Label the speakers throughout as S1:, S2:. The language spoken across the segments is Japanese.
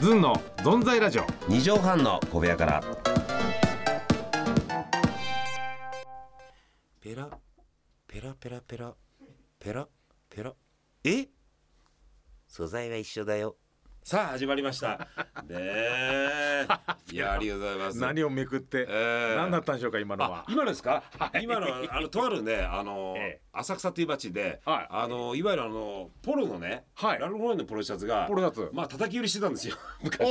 S1: ずんのぞんざいラジオ
S2: 二畳半の小部屋から
S3: ペラペラペラペラペラペラえ素材は一緒だよさあ始まりました ねえいやありがとうございます
S1: 何をめくって、
S3: えー
S1: 何だったんでしょうか今の
S3: あ
S1: は
S3: 今のですか、今のあのとあるねあの、
S1: ええ
S3: 浅草という町で、
S1: はい
S3: あのいわゆるあのポロのね、
S1: はい
S3: ラルフローレンのポロシャツが
S1: ポロシャツ
S3: まあ叩き売りしてたんですよ昔、
S1: お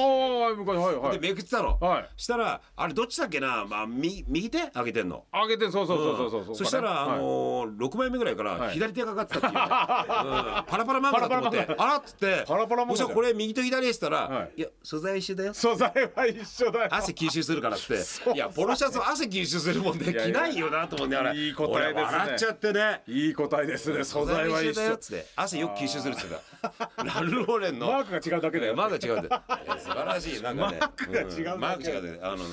S1: ー昔はいは
S3: で
S1: い
S3: めくってたの、
S1: はい
S3: したらあれどっちだっけな、まあ、み右手上げてんの
S1: 上げてそうそうそうそうそう、
S3: そしたら、あのー、6枚目ぐらいか
S1: は
S3: ら
S1: い
S3: 左手がかかってた っていうね、うんパラパラ漫画だと思って
S1: パラパラ漫
S3: あらっつって
S1: パラパラ漫画
S3: もしこれ右と左でしたら、
S1: はい
S3: い、や素材一緒だよ
S1: 素材は一緒だよ
S3: 汗吸収するから っつっていやポロシャツは汗吸収するもんで
S1: いやい
S3: 着
S1: や
S3: ないよなと思ってあれ
S1: いい答えですね
S3: 俺笑っちゃってね
S1: いい答えですね素材は一
S3: だよ
S1: 緒
S3: っつって汗よく吸収するっつってたラルローレンの
S1: マークが違うだけだよ
S3: マークが違うんだよいや素晴らしいなんかね
S1: マークが違うだけ
S3: んマーク違うだけあのね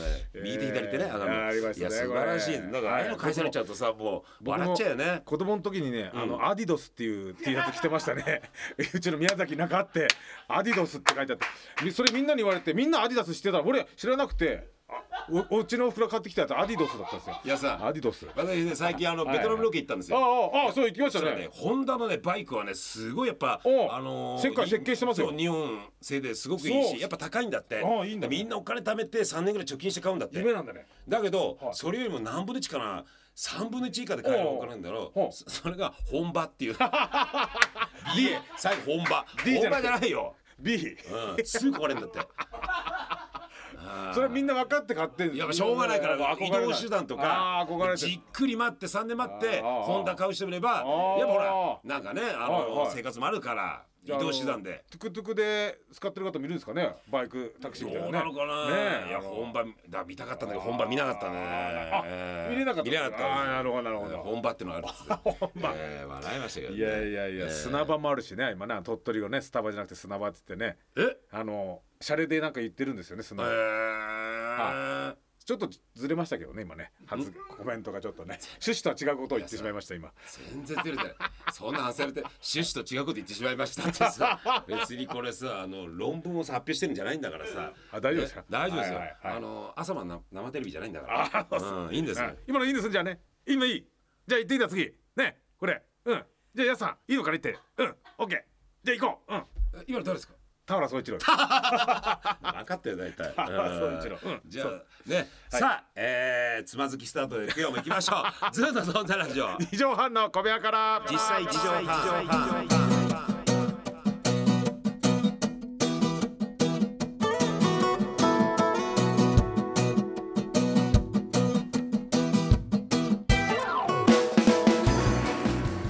S3: 右手左手ね
S1: えー
S3: 上がる
S1: ありましたね
S3: いや素晴らしい
S1: これ
S3: なんかああいうの返されちゃうとさもう
S1: 僕も
S3: 笑っちゃうよね
S1: 子供の時にね、あのアディドスっていう T シャツ着てましたね うちの宮崎中あってアディドスって書いてあってみそれみんなに言われてみんなアディダスしてたら俺知らなくてあおおうちのおふくろ買ってきたやつアディドスだったんですよ
S3: いやさ
S1: アディドスあ
S3: 私ね最近あの
S1: はい
S3: ベトナムロケ行ったんです
S1: あ
S3: よ
S1: ああそう行きまし
S3: そ
S1: た
S3: したらね
S1: ね
S3: ホンダのねバイクはねすごいやっぱ
S1: お
S3: あのー
S1: 世界設計してますよ
S3: そう日本製ですごくいい
S1: そう
S3: しやっぱ高いんだって
S1: あいいんだね
S3: みんなお金貯めて3年ぐらい貯金して買うんだって
S1: 夢なんだね
S3: だけど、
S1: はい
S3: それよりも何分の1かな3分の1以下で買えるお金なんだろ
S1: ほう
S3: そそれが本 場っていう D 最後本場
S1: D じゃ
S3: 本
S1: なくて
S3: 場じゃないよ、
S1: B
S3: うん、すぐ壊れるんだって
S1: それはみんな分かって買ってん
S3: やっぱしょうがないから移動手段と
S1: あ
S3: か
S1: あ憧れて
S3: じ
S1: る
S3: っくり待って3年待って
S1: あーあー
S3: ホンダ買う人もいればやっぱ
S1: ー
S3: ほらなんかねあの、
S1: はいはい
S3: 生活もあるから移
S1: じゃあ
S3: 動手段で
S1: トゥクトゥクで使ってる方もいるんですかねバイクタクシー
S3: ど
S1: みたいなね
S3: うなのかな、
S1: ねえ
S3: いや本場だ見たかったんだけど本場見なかったね
S1: あ
S3: えー
S1: 見れなかった
S3: 見れなかった
S1: あーなるほどなるほど
S3: 本場ってのがあるんです よえー笑いましたけど、ね、
S1: いやいやいや、
S3: えー
S1: 砂場もあるしね今ね鳥取をねスタバじゃなくて砂場って言ってね
S3: え
S1: あのシャレでなんか言ってるんですよね砂
S3: え
S1: 場、
S3: ー、
S1: ちょっとずれましたけどね今ね発コメントがちょっとね趣旨とは違うことを言ってしまいました今
S3: 全然ずれてないそんな反省されて趣旨と違うこと言ってしまいましたって さ別にこれさあの論文を発表してるんじゃないんだからさ
S1: あ大丈夫ですか
S3: ね大丈夫ですよ、
S1: はいはいはい
S3: あの朝までな生テレビじゃないんだからうん、いいんですよ、
S1: はい今のいいんですじゃあね今いいじゃあ行ってきた次ねこれうんじゃあやすさんいいのかな行ってうんオッケーじゃあ行こううん
S3: え今の誰ですか
S1: 田原総一郎です
S3: 分かったよ大体
S1: そう一郎うん
S3: じゃあね、さあ、えー、つまずきスタートで今日も行きましょうずっとそんなラジオ
S1: 2畳半の小部屋から
S3: 実際事情班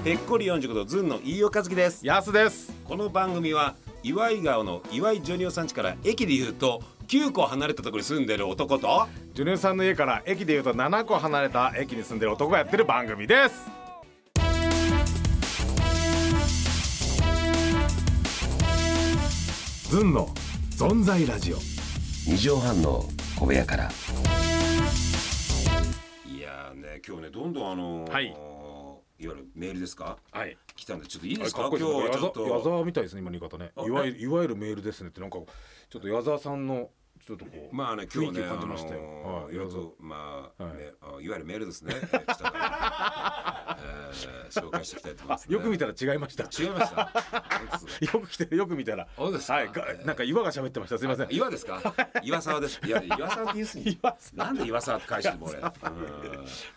S3: ぺっこり45度ずんの飯尾和樹です
S1: やすです
S3: この番組は岩井川の岩井ジョニオさん家から駅で言うと9個離れたところに住んでる男と
S1: ジュニオさんの家から駅でいうと7個離れた駅に住んでる男がやってる番組ですズンの存在ラジオ
S2: 二畳半の小部屋から
S3: いやーね今日ねどんどんあのー
S1: はい
S3: いわゆるメールですか
S1: はい
S3: 来たんでちょっといいですか
S1: かっこいい
S3: 今日は
S1: です
S3: ちょ
S1: ね
S3: っ
S1: 矢
S3: と
S1: 沢みたいですね今の言い方ね
S3: あ
S1: いわゆるいわゆるメールですねってなんかちょっと矢沢さんのちょっとこう
S3: まあね今
S1: 雰
S3: 日
S1: 囲気
S3: ね
S1: を
S3: あ
S1: 感じ
S3: の
S1: ましたよ、
S3: ー
S1: はい
S3: い
S1: 矢
S3: ろいろ
S1: 沢
S3: とまあ、
S1: はい
S3: ねあいわゆるメールですね、 えー来たからえー紹介していきたいと思います、ね、
S1: よく見たら違い ましたよ
S3: 違いました本当です
S1: く来てよく見たら
S3: そうですか
S1: はいがなんか岩が喋ってましたすいません
S3: 岩で すか岩沢ですいや岩沢って言うすぎ
S1: 岩沢
S3: なんで岩沢って返しても 俺、
S1: は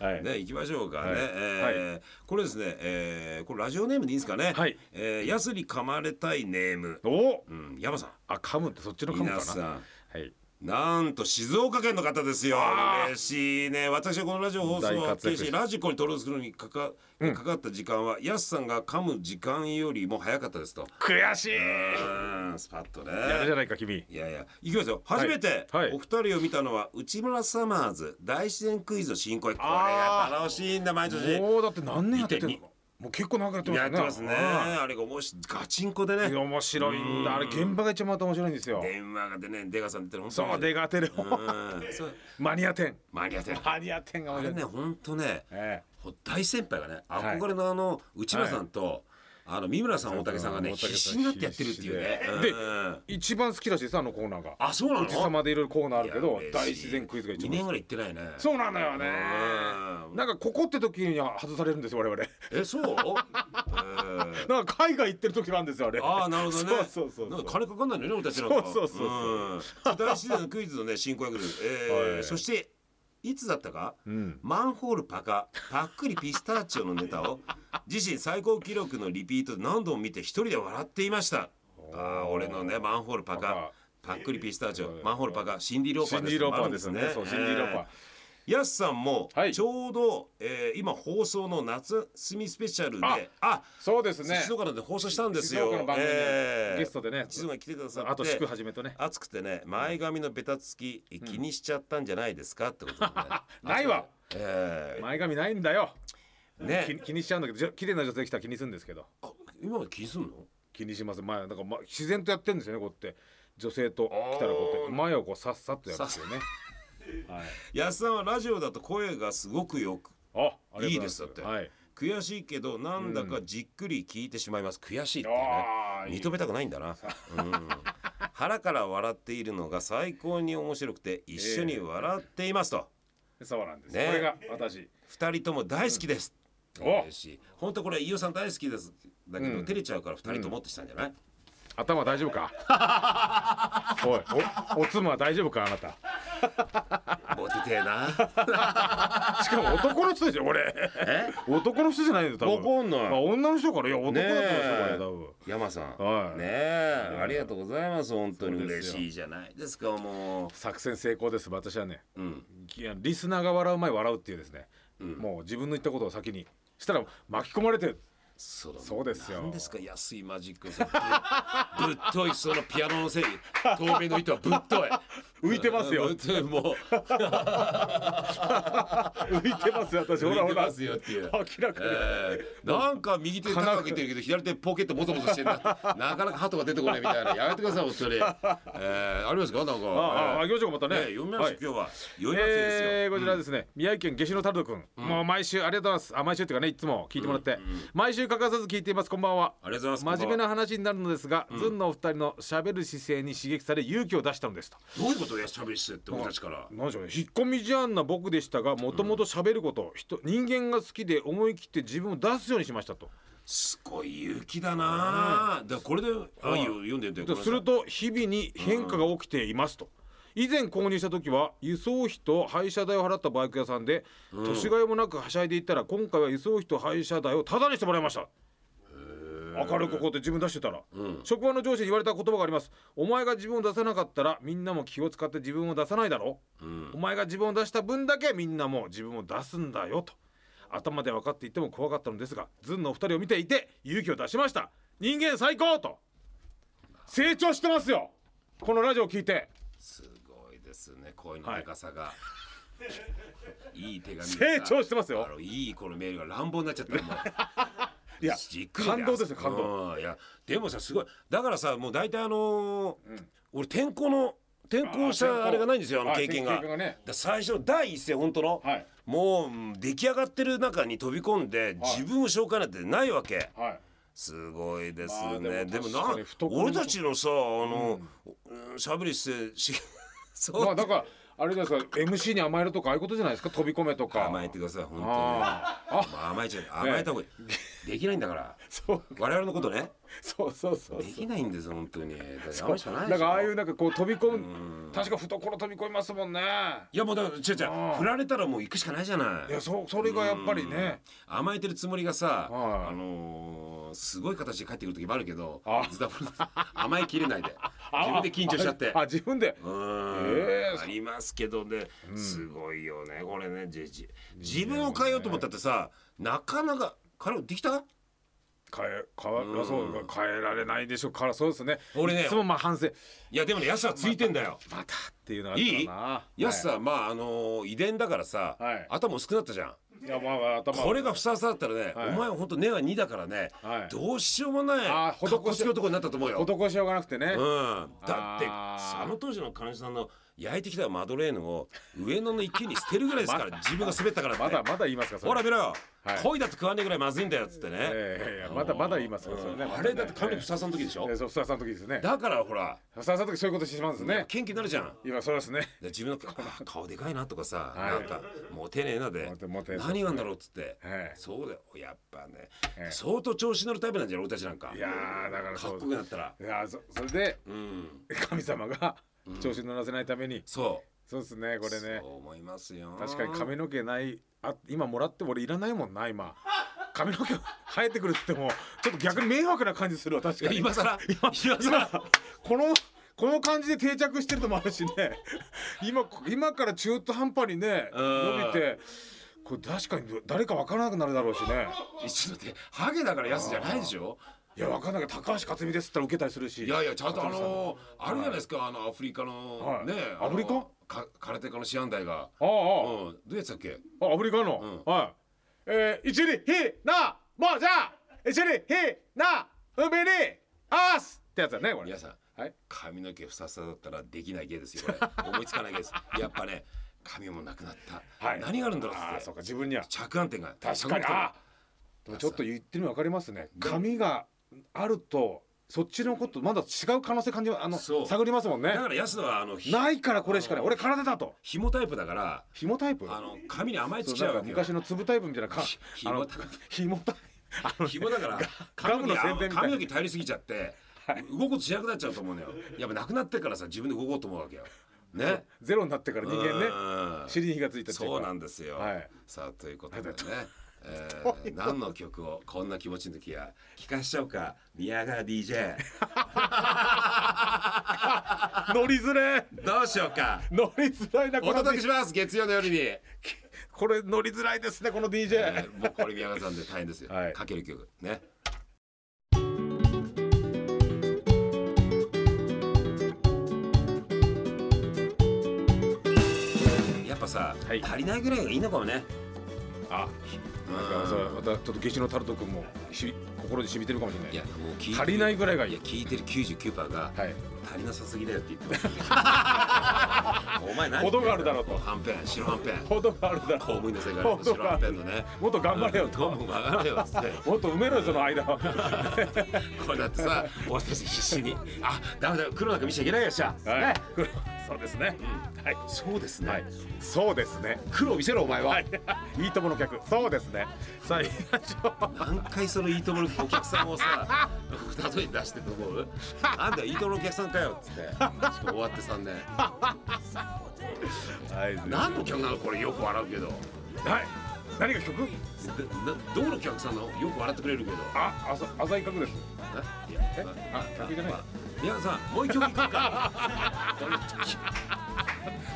S3: はいい、ね行きましょうかね、
S1: はい
S3: えーこれですね、えー、これラジオネームでいいんですかね
S1: はい
S3: えー、ヤスに噛まれたいネーム
S1: お
S3: うん山さん
S1: あ噛むってそっちの噛むかな
S3: 皆さん
S1: はい
S3: なんと静岡県の方ですよ
S1: あー
S3: 嬉しいね私はこのラジオ放送
S1: 大
S3: を
S1: 活
S3: 禁
S1: 躍
S3: 止ラジコに登録するのにかか,、かかった時間はやすさんが噛む時間よりも早かったですと
S1: 悔しい
S3: うんスパッとね
S1: やるじゃないか君
S3: いやいや、いきますよ。初めて、
S1: はい
S3: お二人を見たのは、内村サマーズ大自然クイズ進行役。これ
S1: あー
S3: が楽しいんだ、毎年。
S1: もうだって何年やってるの
S3: 見て
S1: もう結構長くやってますよ
S3: や
S1: ね
S3: ってますね。あれが面白い、ガチンコで
S1: はいいや
S3: ね。
S1: 面白いんだあれ現場が一番また面白いんですよ
S3: 電話がでね、出川さん出てる、本当に
S1: そう出川テレ
S3: う
S1: ホ
S3: ん、そう、
S1: マニア店
S3: マニアってる。
S1: マニア店が
S3: あ
S1: 面
S3: れ
S1: 白い
S3: ね、本当ね、
S1: え
S3: 大先輩がね、
S1: い
S3: 憧れのあの、内村さんと。あの三村さん大竹さんがね
S1: 大竹さん
S3: 必死になってやってるっていうね
S1: 必死で
S3: うん
S1: 一番好きらしいですあのコーナーが
S3: あそうな
S1: お
S3: の
S1: じさまでいろいろコーナーあるけ
S3: いや
S1: ど
S3: 嬉しい
S1: 大自然クイズが一
S3: 2
S1: 番
S3: 年
S1: 好
S3: ぐらい行ってないね
S1: きそうなのよね
S3: うん
S1: なんかここって時には外されるんですよ我々
S3: えそう、えー
S1: なんか海外行ってる時なんですよあれ
S3: ああなるほどね
S1: そうそうそうそう
S3: なんか金かかんないのね俺たちなん
S1: そ
S3: か
S1: うそうそうそ
S3: うん大自然のクイズのね進行役で、えー
S1: はい
S3: そしていつだったか、
S1: ん
S3: マンホールパカパックリピスタチオのネタを自身最高記録のリピートで何度も見て一人で笑っていましたああ俺のねマンホールパ
S1: パ
S3: カ
S1: カ
S3: パックリピスタチオ
S1: うん
S3: マンホールパカシンディ・ローパ
S1: シ
S3: ー
S1: ン
S3: で
S1: デ
S3: す
S1: ィ・ローパーですよね
S3: あるん
S1: そうシンディ・ローパー
S3: えーやすさんも
S1: はい
S3: ちょうど、えー今放送の夏休みスペシャルで
S1: あ
S3: あ
S1: そうですね
S3: 静岡なんで放送したんですよ。
S1: 静岡の番組で
S3: ええ
S1: ゲストでね
S3: 静岡に来てくださって。
S1: あと祝はじめとね
S3: 暑くてね前髪のベタつき気にしちゃったんじゃないですかってことでね
S1: ないわ。
S3: え
S1: 前髪ないんだよ
S3: えね
S1: 気に気にしちゃうんだけどじゃ綺麗な女性来たら気にするんですけど
S3: あ今の気にすんの？
S1: 気にします前なんか、ま、自然とやってんですよねこうやって女性と来たらこうやっ
S3: あー
S1: て前をこうさっさっとやるんですよねはい
S3: 安さんはラジオだと声がすごくよく
S1: あありがとうござ
S3: いい
S1: ま
S3: ですだって
S1: はい
S3: 悔しいけどなんだかじっくり聞いてしまいます。悔しいってね。
S1: あーいい
S3: 認めたくないんだな。うん。腹から笑っているのが最高に面白くて一緒 に笑っていますと。
S1: そうなんです、
S3: ね
S1: これが私
S3: 二人とも大好きです。
S1: うんお
S3: 嬉しい。本当これ飯尾さん大好きです。だけど、照れちゃうから二人ともってしたんじゃない？
S1: 頭大丈夫か おいおおつむは大丈夫かあなた
S3: モテてえな。
S1: しかも男の人でしょ俺
S3: え？
S1: 男の人じゃないよ多分
S3: わかんない
S1: あ女の人からいや男だと思うんですよ
S3: ねえ
S1: これ多分
S3: 山さん。
S1: はい
S3: ねえ、ありがとうございます。本当に
S1: そうで
S3: 嬉
S1: すよ
S3: しいじゃないですか。も
S1: 作戦成功です私はね
S3: う。うん。
S1: いやリスナーが笑う前に笑うっていうですね、
S3: ん
S1: もう自分の言ったことを先にしたら巻き込まれて
S3: そうだ
S1: そうですよ
S3: なんですか安いマジックさ。ぶっといそのピアノのせい。透明の糸はぶっとい。
S1: 浮いてますよ
S3: ぶっと いもう。
S1: 浮いてますよ私ほら
S3: 浮い
S1: ほ
S3: て
S1: ら
S3: ますよっていう
S1: 明らかに、
S3: えーなんか右手高く見てるけど左手ポケットもともとしてるななかなか鳩が出てこないみたいなやめてくださいおそれ、えー、ありますかなんか
S1: あああ
S3: え
S1: あ行
S3: ー
S1: きましょうかまたね
S3: ね読みましょう、今日は読みましょうですよ、
S1: えー、こちらですね、宮城県下志野太郎君、もう毎週ありがとうございますあ毎週っていうかねいつも聞いてもらって、毎週欠かさず聞いていますこんばんは
S3: ありがとうございます
S1: 真面目な話になるのですが、ずんのお二人のしゃべる姿勢に刺激され勇気を出したのですと
S3: どういうことをやしゃべりしてって俺たちから
S1: なんでしょうね引っ込み思案な僕でしたがもともとしゃべること、人人間が好きで思い切って自分を出すようにしましたと
S3: すごい勇気だなあだからこれであいいよ読んで読んでごめんなさい
S1: すると日々に変化が起きていますと。以前購入した時は輸送費と配車代を払ったバイク屋さんで、年がいもなくはしゃいでいったら今回は輸送費と配車代をタダにしてもらいました明るくこうやって自分出してたら、職場の上司に言われた言葉がありますお前が自分を出さなかったらみんなも気を使って自分を出さないだろ、お前が自分を出した分だけみんなも自分を出すんだよと頭で分かっていても怖かったのですがずんのお二人を見ていて勇気を出しました人間最高と成長してますよこのラジオを聞いて
S3: すごいですね声のでかさ が、い、い手紙が
S1: 成長してますよ
S3: あのいいこのメールが乱暴になっちゃったもう
S1: いや
S3: じっくりね
S1: 感動ですよ感動
S3: うんいやでもさすごいだからさもう大体あのー俺転校の転校し
S1: あー転
S3: た
S1: 校
S3: あれがないんですよあの
S1: あー
S3: 経験が
S1: 経験がね
S3: だから最初の第一声本当の、
S1: はい
S3: もううん出来上がってる中に飛び込んで、自分を紹介なんてないわけ
S1: はい
S3: すごいです
S1: まあ
S3: ね、で
S1: で
S3: も
S1: も
S3: な
S1: 確かに懐の
S3: 俺たちのさあのうんしゃべりしてしそう、
S1: まあだからあれですか MC に甘えるとかああいうことじゃないですか飛び込めとか
S3: 甘えてください本当に
S1: あーあ
S3: もう甘えちゃう甘えた方がいい、できないんだから
S1: そう
S3: 我々のことね
S1: そうそうそう
S3: できないんですよ本当にだから甘えるしかな
S1: だ
S3: いでしょ
S1: からああいうなんかこう飛び込む確か懐飛び込みますもんね
S3: いやもうだから違う違う振られたらもう行くしかないじゃない
S1: いやそそれがやっぱりね
S3: 甘えてるつもりがさ、
S1: はい
S3: あのーすごい形で帰ってくる時もあるけど
S1: あ
S3: ズタボロ甘えきれ ないで自分で緊張しちゃって
S1: ああ自分で
S3: うん
S1: ええ
S3: ありますけどね、すごいよねこれねじじ自分を変えようと思ったってさなかなか彼もできた
S1: 変え変わそう変えられないでしょうからそうですね
S3: 俺ね
S1: いつもまあ反省
S3: いやでもね安はついてんだよ
S1: またっていうのがあった
S3: いい
S1: かな
S3: 安さ、まああのー遺伝だからさ、
S1: はい
S3: 頭薄くなったじゃん
S1: いやまあまあ頭
S3: これがふさわさだったらね、
S1: はい
S3: お前は本当根は2だからね、
S1: はい
S3: どうしようもない
S1: あー
S3: かっこつけ男になったと思うよ。
S1: 施しようがなくてね
S3: うん、だって
S1: あー
S3: あの当時の彼女さんの焼いてきたマドレーヌを上野の池に捨てるぐらいで すから自分が滑ったからって
S1: まだまだ言いますかそれ
S3: ほら見ろよ、
S1: はい
S3: 恋だって食わねえぐらいまずいんだよっつってね、
S1: ええいやいやまだまだ言いますかそれね
S3: うん
S1: ま
S3: あ
S1: ね
S3: れだって完全にふささんの時でしょ、
S1: ええそうふささんの時ですね
S3: だからほら、
S1: ふささんの時そういうことしてしまうんですね
S3: 元気になるじゃん で
S1: 今そうですね
S3: 自分のあー顔でかいなとかさ、
S1: はい
S3: なんかモテねえなで
S1: モテモテ
S3: 何があんだろうっつって、
S1: はい
S3: そうだよやっぱね、
S1: ええ
S3: 相当調子乗るタイプなんじゃない俺たちなんか
S1: いやーだから
S3: か
S1: そ
S3: っ
S1: う
S3: こよくなったら
S1: いやーそそれで
S3: うん
S1: 神様が調子乗らせないために、
S3: そう
S1: そうですねこれね
S3: そう思いますよ
S1: 確かに髪の毛ないあ今もらっても俺いらないもんな今髪の毛 生えてくるっつってもちょっと逆に迷惑な感じするわ確かに
S3: 今更 今
S1: 今
S3: 更
S1: このこの感じで定着してるのもあるしね 今今から中途半端にね
S3: うん
S1: 伸びてこれ確かに誰か分からなくなるだろうしね
S3: ちょっと待ってハゲだから安じゃないでしょ
S1: いや分かんないけど高橋克実ですって言ったら受けたりするし
S3: いやいやちゃんとあ
S1: 克実さ
S3: のあるじゃないですかあのアフリカの
S1: はい
S3: ねあの
S1: アフリカ
S3: か空手家の師範代が
S1: ああ
S3: う
S1: ああ、
S3: んどうやってたっけ
S1: あ、アフリカの、はい。えー、一里ひなもじゃ一里ひなうびにあすってやつだねこれ。
S3: 皆さん
S1: はい。
S3: 髪の毛ふさふさだったらできない芸ですよこ れ思いつかない芸ですやっぱね髪もなくなった、
S1: はい
S3: 何があるんだろうっ
S1: ああ、
S3: つ
S1: そ
S3: っ
S1: うか
S3: て
S1: 自分には。
S3: 着眼点が
S1: 確かに
S3: 着眼点が
S1: あでもちょっと言ってるの分かりますね。髪があるとそっちのことまだ違う可能性感じあの
S3: そう
S1: 探りますもんね
S3: だ。から安田はあのひ
S1: ないからこれしかない。俺体だと。
S3: 紐タイプだから
S1: 紐タイプ。
S3: あの髪に甘い
S1: そ
S3: つ
S1: う
S3: きちゃ
S1: な
S3: うんわ
S1: か
S3: けよ
S1: 昔の粒タイプみたいなか
S3: ひ。
S1: あの
S3: 紐タイ
S1: 紐タ
S3: プ
S1: イプ。あ のね
S3: 紐だから
S1: ガム
S3: 髪
S1: の
S3: の
S1: 宣伝みたいな
S3: 髪の毛頼りすぎちゃって、動くことしなくなっちゃうと思うのよやっぱなくなってからさ自分で動こうと思うわけよね
S1: ゼロになってから人間ね
S3: うん
S1: 尻に火がついたっていうか
S3: そうなんですよ、
S1: はい
S3: さあということでね、 えー、何の曲をこんな気持ちの時は聞かしちゃおうか宮川 DJ
S1: 乗りづれ
S3: どうしようか
S1: 乗りづらいな
S3: お
S1: この
S3: 届けします月曜の夜に、え
S1: これ乗りづらいですねこの DJ、
S3: ーもうこれ宮川さんで大変ですよ、
S1: はい
S3: かける曲ねやっぱさ、
S1: はい
S3: 足りないぐらいがいいのかもね
S1: あなんかそうまたちょっと下地のタルト君もし心に染みてるかもしれない
S3: いやもう聞いてる
S1: 足りないぐらいがいい
S3: や聞いてる99%が、
S1: はい
S3: 足りなさすぎだよって言っ てますよお前何
S1: 程があるだろうと
S3: はんぺん白はんぺん公
S1: 程があるだろ
S3: 務員の世界の白はんぺんのね
S1: もっと頑張れよ
S3: どうも曲がれよっつって
S1: もっと埋めろよその 間を
S3: これだってさ俺たち必死にあダメだ黒なんか見ちゃいけないやっしゃ、
S1: はい
S3: ね、
S1: そうですね、はい
S3: そうですね、
S1: はいそうですね
S3: 黒を見せろお前は、
S1: はい いいともの客そうですねさあ行きましょう
S3: 何回そのいいとものお客さんをさ例えに出してると思うあんたいいとものお客さんかよっつってしかも終わって3年
S1: はい
S3: 何の曲なのこれよく笑うけど
S1: はい何が曲
S3: ななどうのお客さんのよく笑ってくれるけど
S1: あ浅浅い角です
S3: いやえ
S1: あ曲じゃない
S3: 皆さんもう一曲いくか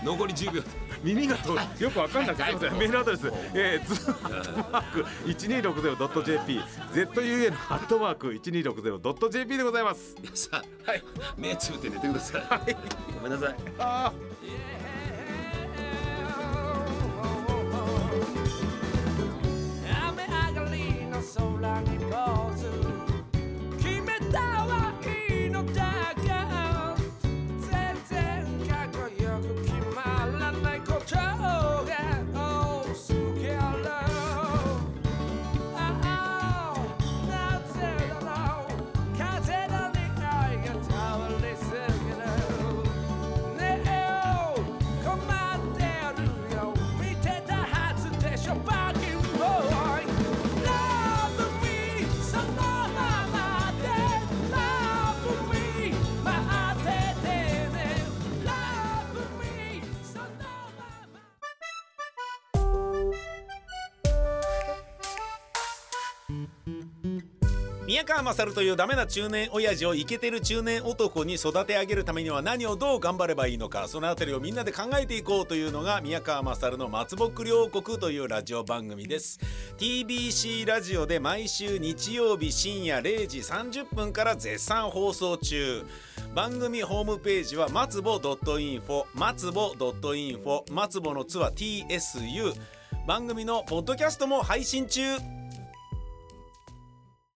S3: 残り10秒
S1: 耳が遠いよくわかんなくてすいませんメールアドレスえーズアットマーク 1260.jp ZUN アットマーク 1260.jp でございます
S3: 皆さん、はい、目つぶって寝てください、ごめんなさい
S1: あ
S4: 雨上がりの空にポーズ決めたはいいのだが全然かっこよく決まらないことが多すぎる Oh, なぜだろう風の願いが倒れすぎるねえよ困ってるよ見てたはずでしょバキンボーイ Love me そのままで Love me 待っててね Love me そのまま
S5: 宮川勝というダメな中年親父をイケてる中年男に育て上げるためには何をどう頑張ればいいのかそのあたりをみんなで考えていこうというのが宮川勝の「松ぼっくり王国」というラジオ番組です TBC ラジオで毎週日曜日深夜0時30分から絶賛放送中番組ホームページは松ぼ .info 松ぼ .info 松ぼの「つ」は TSU 番組のポッドキャストも配信中